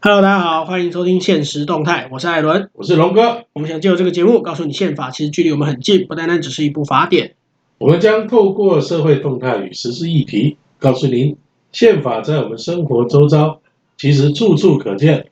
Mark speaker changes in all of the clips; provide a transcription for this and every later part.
Speaker 1: Hello，大家好，欢迎收听《现实动态》，我是艾伦。
Speaker 2: 我是龙哥，
Speaker 1: 我们想借由这个节目，告诉你宪法其实距离我们很近，不单单只是一部法典。
Speaker 2: 我们将透过社会动态与时事议题，告诉您宪法在我们生活周遭其实处处可见。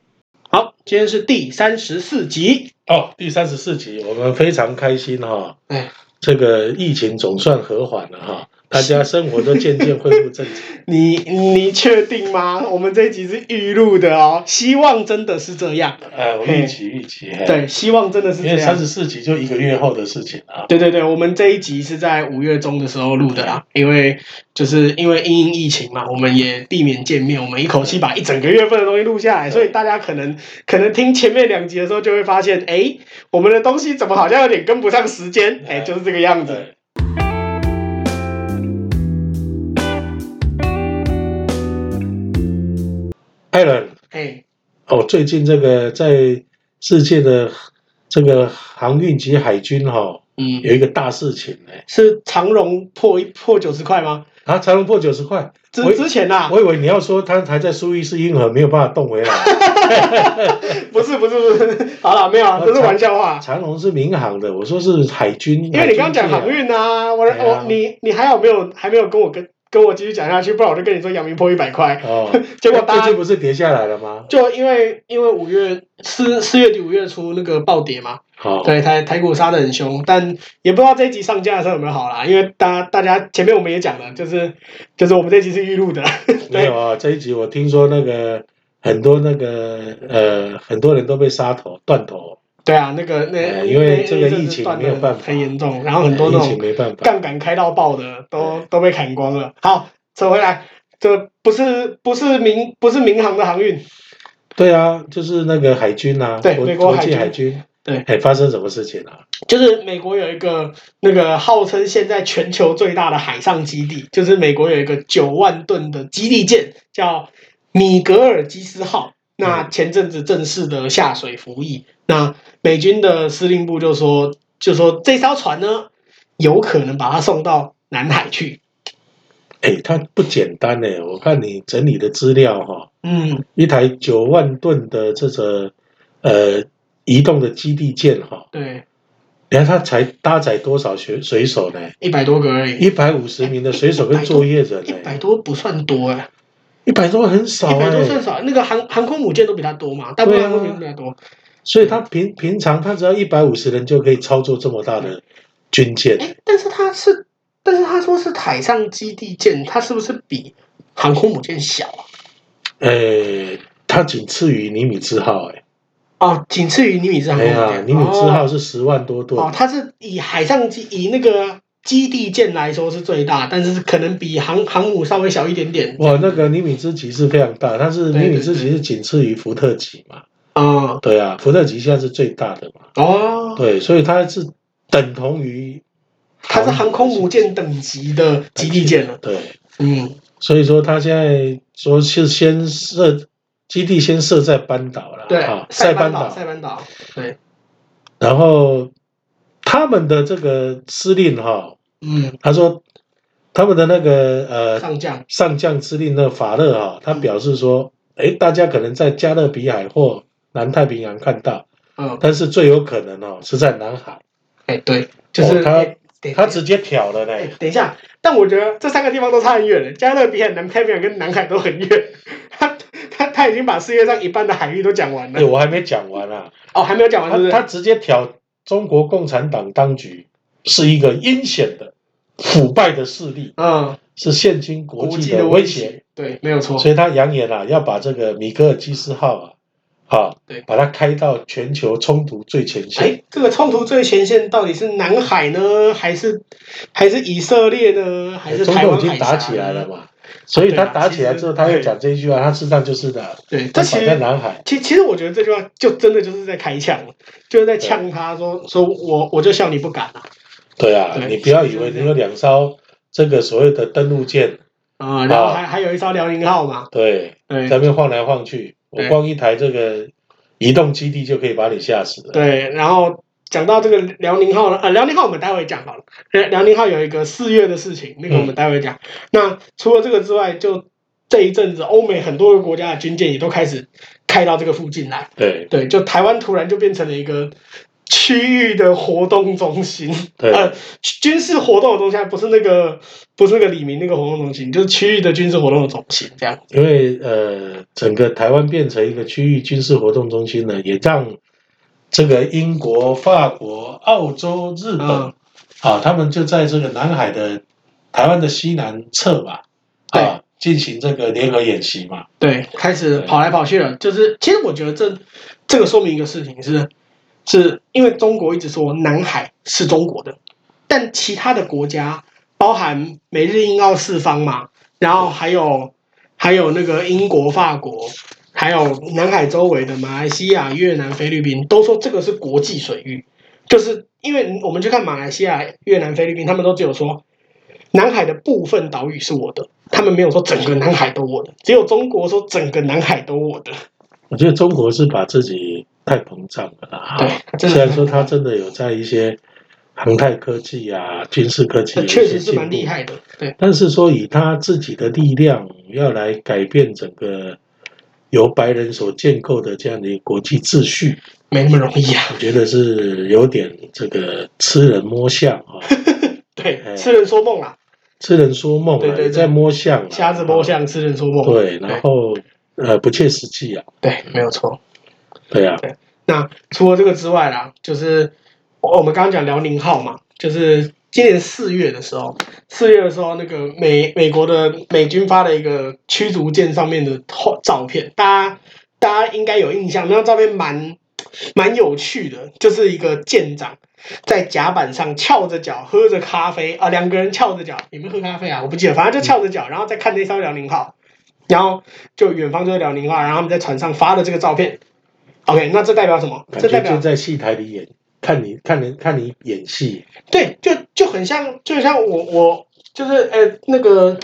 Speaker 1: 好，今天是第三十四集。
Speaker 2: 哦，第三十四集，我们非常开心哈、
Speaker 1: 哎，
Speaker 2: 这个疫情总算和缓了哈、大家生活都渐渐恢复正常。
Speaker 1: 你你确定吗？我们这一集是预录的哦，希望真的是这样。
Speaker 2: 哎，我预期预期，嘿，
Speaker 1: 对，希望真的是
Speaker 2: 因
Speaker 1: 这
Speaker 2: 为三
Speaker 1: 样。
Speaker 2: 十四集就一个月后的事情啊。
Speaker 1: 对对对，我们这一集是在五月中的时候录的啦，因为就是因为因应疫情嘛，我们也避免见面，我们一口气把一整个月份的东西录下来，所以大家可能可能听前面两集的时候就会发现，哎，我们的东西怎么好像有点跟不上时间，哎，就是这个样子。
Speaker 2: 对，艾伦，
Speaker 1: 哎，
Speaker 2: 哦，最近这个在世界的这个航运及海军哈、哦，
Speaker 1: 嗯，
Speaker 2: 有一个大事情呢、
Speaker 1: 是长荣破一破九十块吗？
Speaker 2: 啊，长荣破九十块，
Speaker 1: 之
Speaker 2: 我以
Speaker 1: 之前啊呐、
Speaker 2: 我以为你要说他还在苏伊士运河没有办法动回来，
Speaker 1: 不是不是不是，好了没有啊，这是玩笑话。
Speaker 2: 长荣是民航的，我说是海军，
Speaker 1: 因为你刚刚讲航
Speaker 2: 海军界啊，
Speaker 1: 运啊，我、
Speaker 2: 对啊
Speaker 1: 我你你还有没有还没有跟我跟跟我继续讲下去，不然我就跟你说阳明破一百块，
Speaker 2: 哦，
Speaker 1: 结果大
Speaker 2: 最近
Speaker 1: 家
Speaker 2: 不是跌下来了吗？
Speaker 1: 就因为因为五月四四月底五月初那个暴跌嘛，
Speaker 2: 好、
Speaker 1: 对台台股杀的很凶，但也不知道这一集上架的时候有没有好啦，因为大大家前面我们也讲了，就是就是我们这一集是预录的，
Speaker 2: 没
Speaker 1: 对
Speaker 2: 有啊，这一集我听说那个很多那个呃很多人都被杀头断头，
Speaker 1: 对啊，那个那
Speaker 2: 哎因
Speaker 1: 那
Speaker 2: 为这
Speaker 1: 那
Speaker 2: 个
Speaker 1: 一阵子
Speaker 2: 疫情
Speaker 1: 断得
Speaker 2: 没有办法
Speaker 1: 很严重，然后很多那
Speaker 2: 疫
Speaker 1: 种
Speaker 2: 情没办法，
Speaker 1: 杠杆开到爆的都都被砍光了。好，扯回来，这不是不是民不是民航的航运，
Speaker 2: 对啊，就是那个海军啊，
Speaker 1: 对
Speaker 2: 国
Speaker 1: 美国
Speaker 2: 国
Speaker 1: 海
Speaker 2: 际
Speaker 1: 军
Speaker 2: 海军，
Speaker 1: 对
Speaker 2: 哎，发生什么事情啊？
Speaker 1: 就是美国有一个那个号称现在全球最大的海上基地，就是美国有一个九万吨的基地舰叫米格尔基斯号。那前阵子正式的下水服役，那美军的司令部就说，就说这艘船呢，有可能把它送到南海去。
Speaker 2: 哎，它不简单呢。我看你整理的资料哈、
Speaker 1: 嗯，
Speaker 2: 一台九万吨的这个呃移动的基地舰哈、
Speaker 1: 对，
Speaker 2: 你看它才搭载多少水水手呢？
Speaker 1: 一百多个而已，
Speaker 2: 一百五十名的水手跟作业人
Speaker 1: 一百
Speaker 2: 呢？
Speaker 1: 多不算多哎、
Speaker 2: 一百多很少
Speaker 1: 一百多
Speaker 2: 哎
Speaker 1: 算，少，那个航航空母舰都比它多嘛，大部分
Speaker 2: 对啊
Speaker 1: 航空母舰都比它多。
Speaker 2: 所以他平平常他只要一百五十人就可以操作这么大的军舰。
Speaker 1: 哎、但是它是，但是他说是海上基地舰，它是不是比航空母舰小啊？
Speaker 2: 呃，它仅次于尼米兹号哎。
Speaker 1: 哦，仅次于尼米兹航
Speaker 2: 哎
Speaker 1: 空母
Speaker 2: 呀，
Speaker 1: 舰。
Speaker 2: 尼米兹号
Speaker 1: 哦
Speaker 2: 是十万多吨，
Speaker 1: 哦，它是以海上基以那个基地舰来说是最大，但是可能比航航母稍微小一点点。
Speaker 2: 哇，那个尼米兹级是非常大，但是
Speaker 1: 对
Speaker 2: 尼米兹级是仅次于福特级嘛？
Speaker 1: 嗯，
Speaker 2: 对啊，福特级现在是最大的嘛？
Speaker 1: 哦，
Speaker 2: 对，所以它是等同于
Speaker 1: 它是航空母舰等级的基地舰了。
Speaker 2: 对，
Speaker 1: 嗯，
Speaker 2: 所以说它现在说是先设基地，先设在班岛了，
Speaker 1: 对
Speaker 2: 啊，，
Speaker 1: 塞
Speaker 2: 塞
Speaker 1: 班
Speaker 2: 班
Speaker 1: 岛，
Speaker 2: 岛
Speaker 1: 塞，班岛，对，
Speaker 2: 然后他们的这个司令哈、
Speaker 1: 嗯，
Speaker 2: 他说他们的那个呃
Speaker 1: 上嗯将，
Speaker 2: 上将司令的法勒啊，他表示说，哎，大家可能在加勒比海或南太平洋看到，
Speaker 1: 嗯，
Speaker 2: 但是最有可能哦是在南海。
Speaker 1: 哎，对，就是、
Speaker 2: 哦他
Speaker 1: 哎对
Speaker 2: 他直接挑了
Speaker 1: 哎
Speaker 2: 呢，
Speaker 1: 等一下，但我觉得这三个地方都差很远了。加勒比海、南太平洋跟南海都很远，他他他已经把世界上一半的海域都讲完
Speaker 2: 哎，
Speaker 1: 了。
Speaker 2: 我还没讲完啊，
Speaker 1: 哦，还没有讲完，是不
Speaker 2: 他
Speaker 1: 是？
Speaker 2: 他直接挑中国共产党当局是一个阴险的、腐败的势力，
Speaker 1: 嗯，
Speaker 2: 是现今国
Speaker 1: 国
Speaker 2: 际
Speaker 1: 际
Speaker 2: 的
Speaker 1: 的
Speaker 2: 威
Speaker 1: 威
Speaker 2: 胁，
Speaker 1: 胁，对，没有错。
Speaker 2: 所以他扬言啊，要把这个米格尔基斯号啊，啊
Speaker 1: 对，
Speaker 2: 把它开到全球冲突最前线。
Speaker 1: 哎，这个冲突最前线到底是南海呢，还是还是以色列呢，还是
Speaker 2: 哎中
Speaker 1: 台
Speaker 2: 共
Speaker 1: 湾
Speaker 2: 已经
Speaker 1: 海峡啊
Speaker 2: 打
Speaker 1: 呢
Speaker 2: 起来了？嘛，所以他打起来之后，他又讲这一句话，他事实上就是的，
Speaker 1: 对，这
Speaker 2: 他
Speaker 1: 其
Speaker 2: 摆在
Speaker 1: 实
Speaker 2: 南海，
Speaker 1: 其其实我觉得这句话就真的就是在开枪，就是在呛他说说我我就笑你不敢啊
Speaker 2: 对啊，
Speaker 1: 对
Speaker 2: 你不要以为你有两艘这个所谓的登陆舰，
Speaker 1: 啊、然后还还有一艘辽宁号嘛，
Speaker 2: 对，
Speaker 1: 对
Speaker 2: 在那边晃来晃去，我
Speaker 1: 对
Speaker 2: 光一台这个移动基地就可以把你吓死了。
Speaker 1: 对，然后讲到这个辽宁号呢，呃，辽宁号我们待会讲好了。辽辽宁号有一个四月的事情，那个我们待会讲。那除了这个之外，就这一阵子，欧美很多个国家的军舰也都开始开到这个附近来。
Speaker 2: 对
Speaker 1: 对，就台湾突然就变成了一个区域的活动中心，
Speaker 2: 对
Speaker 1: 呃，军事活动的中心，不是那个不是那个李明那个活动中心，就是区域的军事活动的中心这样。
Speaker 2: 因为呃，整个台湾变成一个区域军事活动中心呢，也让这个英国、法国、澳洲、日本、
Speaker 1: 嗯
Speaker 2: 啊，他们就在这个南海的台湾的西南侧嘛，啊，进行这个联合演习嘛。
Speaker 1: 对，开始跑来跑去了。就是其实我觉得这这个说明一个事情是，是因为中国一直说南海是中国的，但其他的国家，包含美日英澳四方嘛，然后还有还有那个英国、法国，还有南海周围的马来西亚、越南、菲律宾，都说这个是国际水域，就是因为我们去看马来西亚、越南、菲律宾，他们都只有说南海的部分岛屿是我的，他们没有说整个南海都我的，只有中国说整个南海都我的。
Speaker 2: 我觉得中国是把自己太膨胀了啦。
Speaker 1: 对
Speaker 2: 啊
Speaker 1: 真的
Speaker 2: 虽然说它真的有在一些航太科技啊、军事科技有
Speaker 1: 这
Speaker 2: 一
Speaker 1: 呃确
Speaker 2: 些
Speaker 1: 实是
Speaker 2: 进
Speaker 1: 蛮
Speaker 2: 步
Speaker 1: 厉，害的，对
Speaker 2: 但是说以他自己的力量要来改变整个由白人所建构的这样的一个国际秩序，
Speaker 1: 没那么容易啊。
Speaker 2: 我觉得是有点这个痴人摸象啊，
Speaker 1: 对，
Speaker 2: 哎
Speaker 1: 痴人说梦啊，
Speaker 2: 痴人说 梦
Speaker 1: 对
Speaker 2: 啊，
Speaker 1: 对对
Speaker 2: 也在摸象啊，
Speaker 1: 瞎子摸象，痴人说梦。啊
Speaker 2: 对，然后呃不切实际啊，
Speaker 1: 对，没有错。
Speaker 2: 对啊，
Speaker 1: 那除了这个之外啦，就是哦我我们刚刚讲辽宁号嘛，就是今年四月的时候，四月的时候，那个美美国的美军发了一个驱逐舰上面的后照片，大家大家应该有印象，那张照片蛮蛮有趣的，就是一个舰长。在甲板上翘着脚喝着咖啡啊，两个人翘着脚，有没有喝咖啡啊？我不记得，反正就翘着脚，然后再看那艘辽宁号，然后就远方就是辽宁号，然后他们在船上发的这个照片。OK，那这代表什么？
Speaker 2: 感
Speaker 1: 这代
Speaker 2: 觉
Speaker 1: 表
Speaker 2: 就在戏台里演，看你看人看你演 戏，
Speaker 1: 对，就就很像，就很像我我就是呃那个，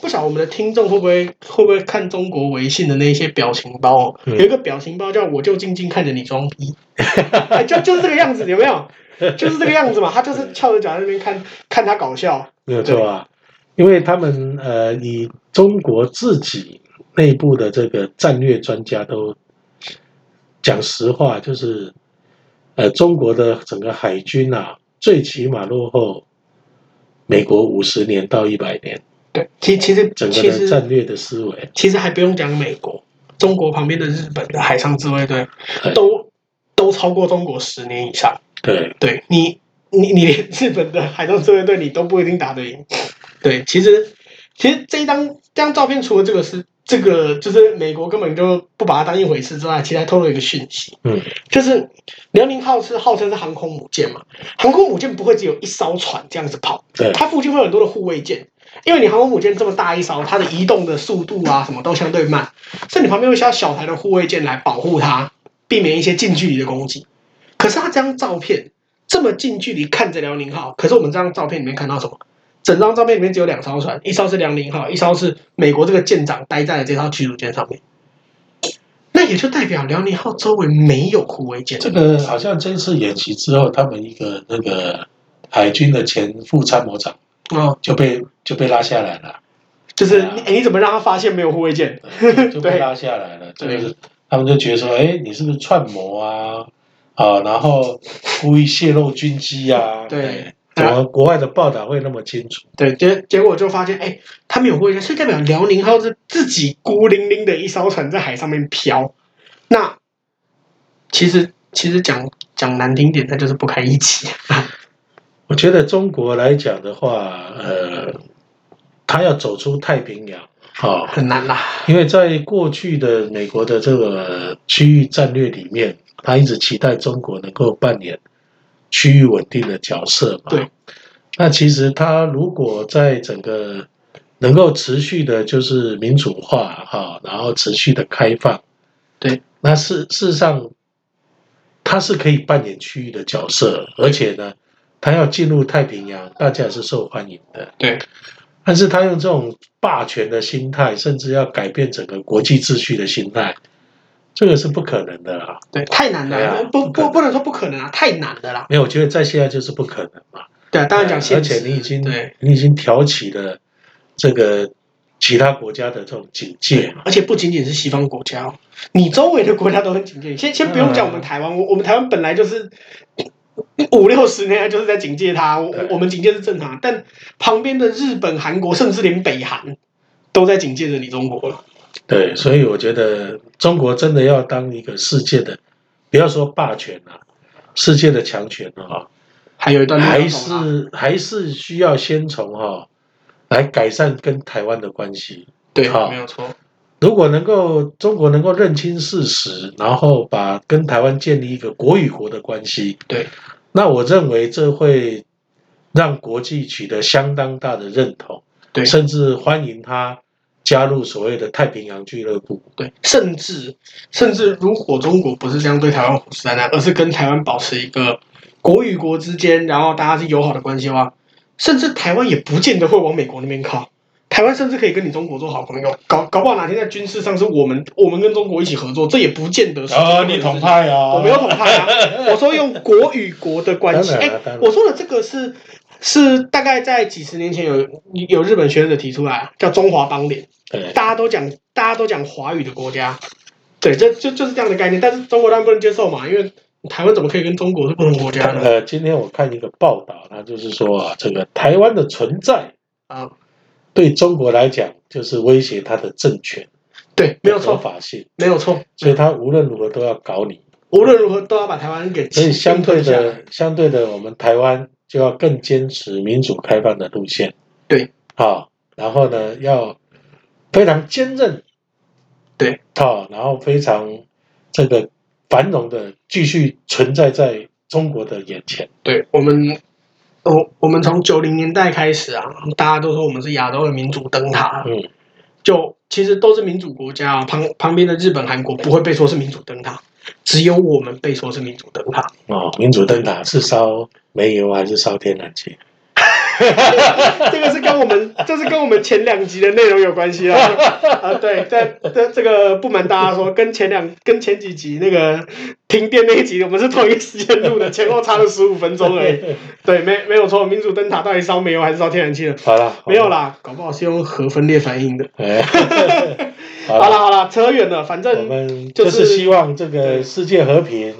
Speaker 1: 不晓得我们的听众会不会会不会看中国微信的那一些表情包哦，
Speaker 2: 嗯
Speaker 1: 有一个表情包叫“我就静静看着你装逼”，哎就就是这个样子，有没有？就是这个样子嘛，他就是翘着脚在那边看看他搞笑，
Speaker 2: 没有错啊，因为他们呃以中国自己内部的这个战略专家都讲实话，就是呃中国的整个海军啊，最起码落后美国五十年到一百年，
Speaker 1: 对，其其实
Speaker 2: 整个
Speaker 1: 其
Speaker 2: 的
Speaker 1: 实
Speaker 2: 战略的思维，
Speaker 1: 其实还不用讲美国，中国旁边的日本的海上自卫队
Speaker 2: 对
Speaker 1: 都都超过中国十年以上。
Speaker 2: 对
Speaker 1: 对你，你你连日本的海上自卫队你都不一定打得赢。对，其实其实这一张这张照片，除了这个是这个，就是美国根本就不把它当一回事之外，其实还透露一个讯息，
Speaker 2: 嗯
Speaker 1: 就是辽宁号是号称是航空母舰嘛，航空母舰不会只有一艘船这样子跑，
Speaker 2: 对
Speaker 1: 它附近会有很多的护卫舰。因为你航空母舰这么大一艘，它的移动的速度啊，什么都相对慢，所以你旁边有一些小台的护卫舰来保护它，避免一些近距离的攻击。可是他这张照片这么近距离看着辽宁号，可是我们这张照片里面看到什么？整张照片里面只有两艘船，一艘是辽宁号，一艘是美国这个舰长待在的这艘驱逐舰上面。那也就代表辽宁号周围没有护卫舰。
Speaker 2: 这个好像这次演习之后，他们一个那个海军的前副参谋长
Speaker 1: 哦，
Speaker 2: 就被就被拉下来了。
Speaker 1: 就是
Speaker 2: 对啊
Speaker 1: 你、哎你怎么让他发现没有护卫舰？
Speaker 2: 对就被
Speaker 1: 对
Speaker 2: 拉下来了。这
Speaker 1: 对
Speaker 2: 个他们就觉得说，哎，你是不是串谋啊？啊，然后故意泄露军机啊？
Speaker 1: 对
Speaker 2: 哎，怎么国外的报道会那么清楚？
Speaker 1: 对，结结果就发现，哎，他没有护卫舰，所以代表辽宁号是自己孤零零的一艘船在海上面飘。那其实其实讲讲难听点，那就是不堪一击。
Speaker 2: 我觉得中国来讲的话，呃，他要走出太平洋，好、
Speaker 1: 很难啦。
Speaker 2: 因为在过去的美国的这个区域战略里面，他一直期待中国能够扮演区域稳定的角色嘛。
Speaker 1: 对。
Speaker 2: 那其实他如果在整个能够持续的，就是民主化哈，然后持续的开放，
Speaker 1: 对，
Speaker 2: 那事事实上，他是可以扮演区域的角色，而且呢，他要进入太平洋，大家也是受欢迎的。
Speaker 1: 对，
Speaker 2: 但是他用这种霸权的心态，甚至要改变整个国际秩序的心态，这个是不可能的啦。
Speaker 1: 对，太难了，
Speaker 2: 对啊
Speaker 1: 不
Speaker 2: 不可
Speaker 1: 不
Speaker 2: 能
Speaker 1: 不能说不可能啊，太难了啦。
Speaker 2: 没有，我觉得在现在就是不可能嘛。
Speaker 1: 对啊，当然讲
Speaker 2: 而
Speaker 1: 现实，
Speaker 2: 且你已经
Speaker 1: 对
Speaker 2: 你已经挑起了这个其他国家的这种警戒嘛。
Speaker 1: 而且不仅仅是西方国家哦，你周围的国家都很警戒。先先不
Speaker 2: 嗯
Speaker 1: 用讲我们台湾，我我们台湾本来就是五六十年来就是在警戒它，我
Speaker 2: 对
Speaker 1: 我们警戒是正常，但旁边的日本、韩国，甚至连北韩都在警戒着你中国了。
Speaker 2: 对，所以我觉得中国真的要当一个世界的，不要说霸权啊，世界的强权啊，
Speaker 1: 还有一段路要
Speaker 2: 还
Speaker 1: 走啊
Speaker 2: 是还是需要先从哈、来改善跟台湾的关系。
Speaker 1: 对，
Speaker 2: 好
Speaker 1: 没有错，
Speaker 2: 如果能够中国能够认清事实，然后把跟台湾建立一个国与国的关系，
Speaker 1: 对，
Speaker 2: 那我认为这会让国际取得相当大的认同，
Speaker 1: 对
Speaker 2: 甚至欢迎他加入所谓的太平洋俱乐部。
Speaker 1: 对，甚至甚至如果中国不是这样对台湾虎视眈眈，而是跟台湾保持一个国与国之间，然后大家是友好的关系的话，甚至台湾也不见得会往美国那边靠。台湾甚至可以跟你中国做好朋友，搞搞不好哪天在军事上是我们我们跟中国一起合作，这也不见得是。派？
Speaker 2: 哦
Speaker 1: 我没有统派啊，我说用国与国的关系。
Speaker 2: 当
Speaker 1: 哎、
Speaker 2: 然啊当然
Speaker 1: 我说的这个是是大概在几十年前有有日本学者提出来，叫中华邦联。
Speaker 2: 对
Speaker 1: 大家都讲大家都讲华语的国家，对，这就就是这样的概念。但是中国当然不能接受嘛，因为台湾怎么可以跟中国是不同国家呢？
Speaker 2: 呃，今天我看一个报道，他就是说啊，这个台湾的存在
Speaker 1: 啊，
Speaker 2: 对中国来讲就是威胁他的政权，
Speaker 1: 对，没有
Speaker 2: 合
Speaker 1: 错，
Speaker 2: 法性，
Speaker 1: 没有错，
Speaker 2: 所以他无论如何都要搞你。
Speaker 1: 无论如何都要把台湾给
Speaker 2: 所以相对
Speaker 1: 吞下来
Speaker 2: 的，相对的，我们台湾就要更坚持民主开放的路线。
Speaker 1: 对，
Speaker 2: 好，然后呢，要非常坚韧。
Speaker 1: 对，
Speaker 2: 好，然后非常这个繁荣的继续存在在中国的眼前。
Speaker 1: 对我们，我我们从九零年代开始啊，大家都说我们是亚洲的民主灯塔，
Speaker 2: 嗯，
Speaker 1: 就其实都是民主国家啊，旁旁边的日本、韩国不会被说是民主灯塔，只有我们被说是民主灯塔。
Speaker 2: 哦，民主灯塔是烧煤油还是烧天然气？
Speaker 1: 这个是跟我们，这是跟我们前两集的内容有关系啊。啊，对，在这这个不瞒大家说，跟前两跟前几集那个停电那一集，我们是同一个时间录的，前后差了十五分钟而已。对，没没有错，民主灯塔到底烧煤油还是烧天然气呢？
Speaker 2: 好了，
Speaker 1: 没有，啦，搞不好是用核分裂反应的。
Speaker 2: 哎，
Speaker 1: 好
Speaker 2: 好
Speaker 1: 啦
Speaker 2: 了，
Speaker 1: 好啦，扯远了，反
Speaker 2: 我
Speaker 1: 正
Speaker 2: 们
Speaker 1: 就
Speaker 2: 就是是希望这
Speaker 1: 对
Speaker 2: 个世界和平，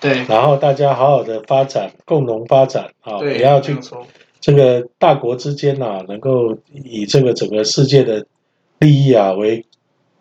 Speaker 1: 对
Speaker 2: 然后大家好好的发展，共同发展啊，不
Speaker 1: 对，
Speaker 2: 要去
Speaker 1: 没有错
Speaker 2: 这个大国之间啊，能够以这个整个世界的利益啊为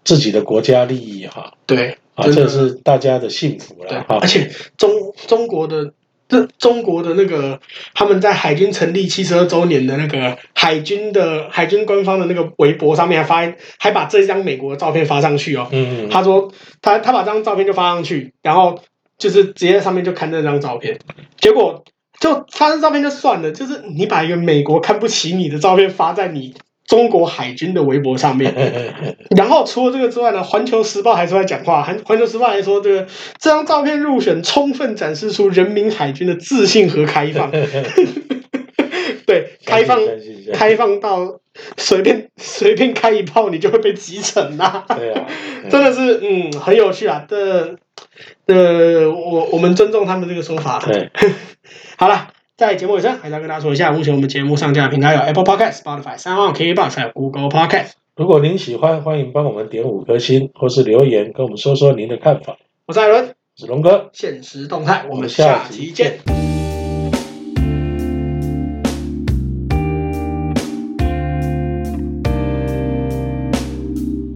Speaker 2: 自己的国家利益哈
Speaker 1: 对
Speaker 2: 啊，
Speaker 1: 真的
Speaker 2: 这是大家的幸福
Speaker 1: 对
Speaker 2: 了，哈
Speaker 1: 而。且中中国的这中国的那个他们在海军成立七十二周年的那个海军的海军官方的那个微博上面还发还把这张美国的照片发上去哦，
Speaker 2: 嗯，嗯
Speaker 1: 他说他他把这张照片就发上去，然后就是直接上面就看这张照片，结果就发这照片就算了，就是你把一个美国看不起你的照片发在你中国海军的微博上面，然后除了这个之外呢，《环球时报》还出来讲话，《环环球时报》还说这个这张照片入选，充分展示出人民海军的自信和开 放。对，开放
Speaker 2: 相信一下
Speaker 1: 开放到随便随便开一炮，你就会被击沉呐、
Speaker 2: 对啊，
Speaker 1: 真的是嗯很有趣啊。这呃，我我们尊重他们这个说法。
Speaker 2: 对，
Speaker 1: 好了，在节目尾声还是要跟大家说一下，目前我们节目上架的平台有 Apple Podcast、Spotify、三万 KBox 还有 Google Podcast。
Speaker 2: 如果您喜欢，欢迎帮我们点五颗星，或是留言跟我们说说您的看法。
Speaker 1: 我是艾伦，
Speaker 2: 子龙哥，
Speaker 1: 现实动态，我
Speaker 2: 我
Speaker 1: 们
Speaker 2: 们
Speaker 1: 下
Speaker 2: 下
Speaker 1: 期
Speaker 2: 期
Speaker 1: 见
Speaker 2: 见。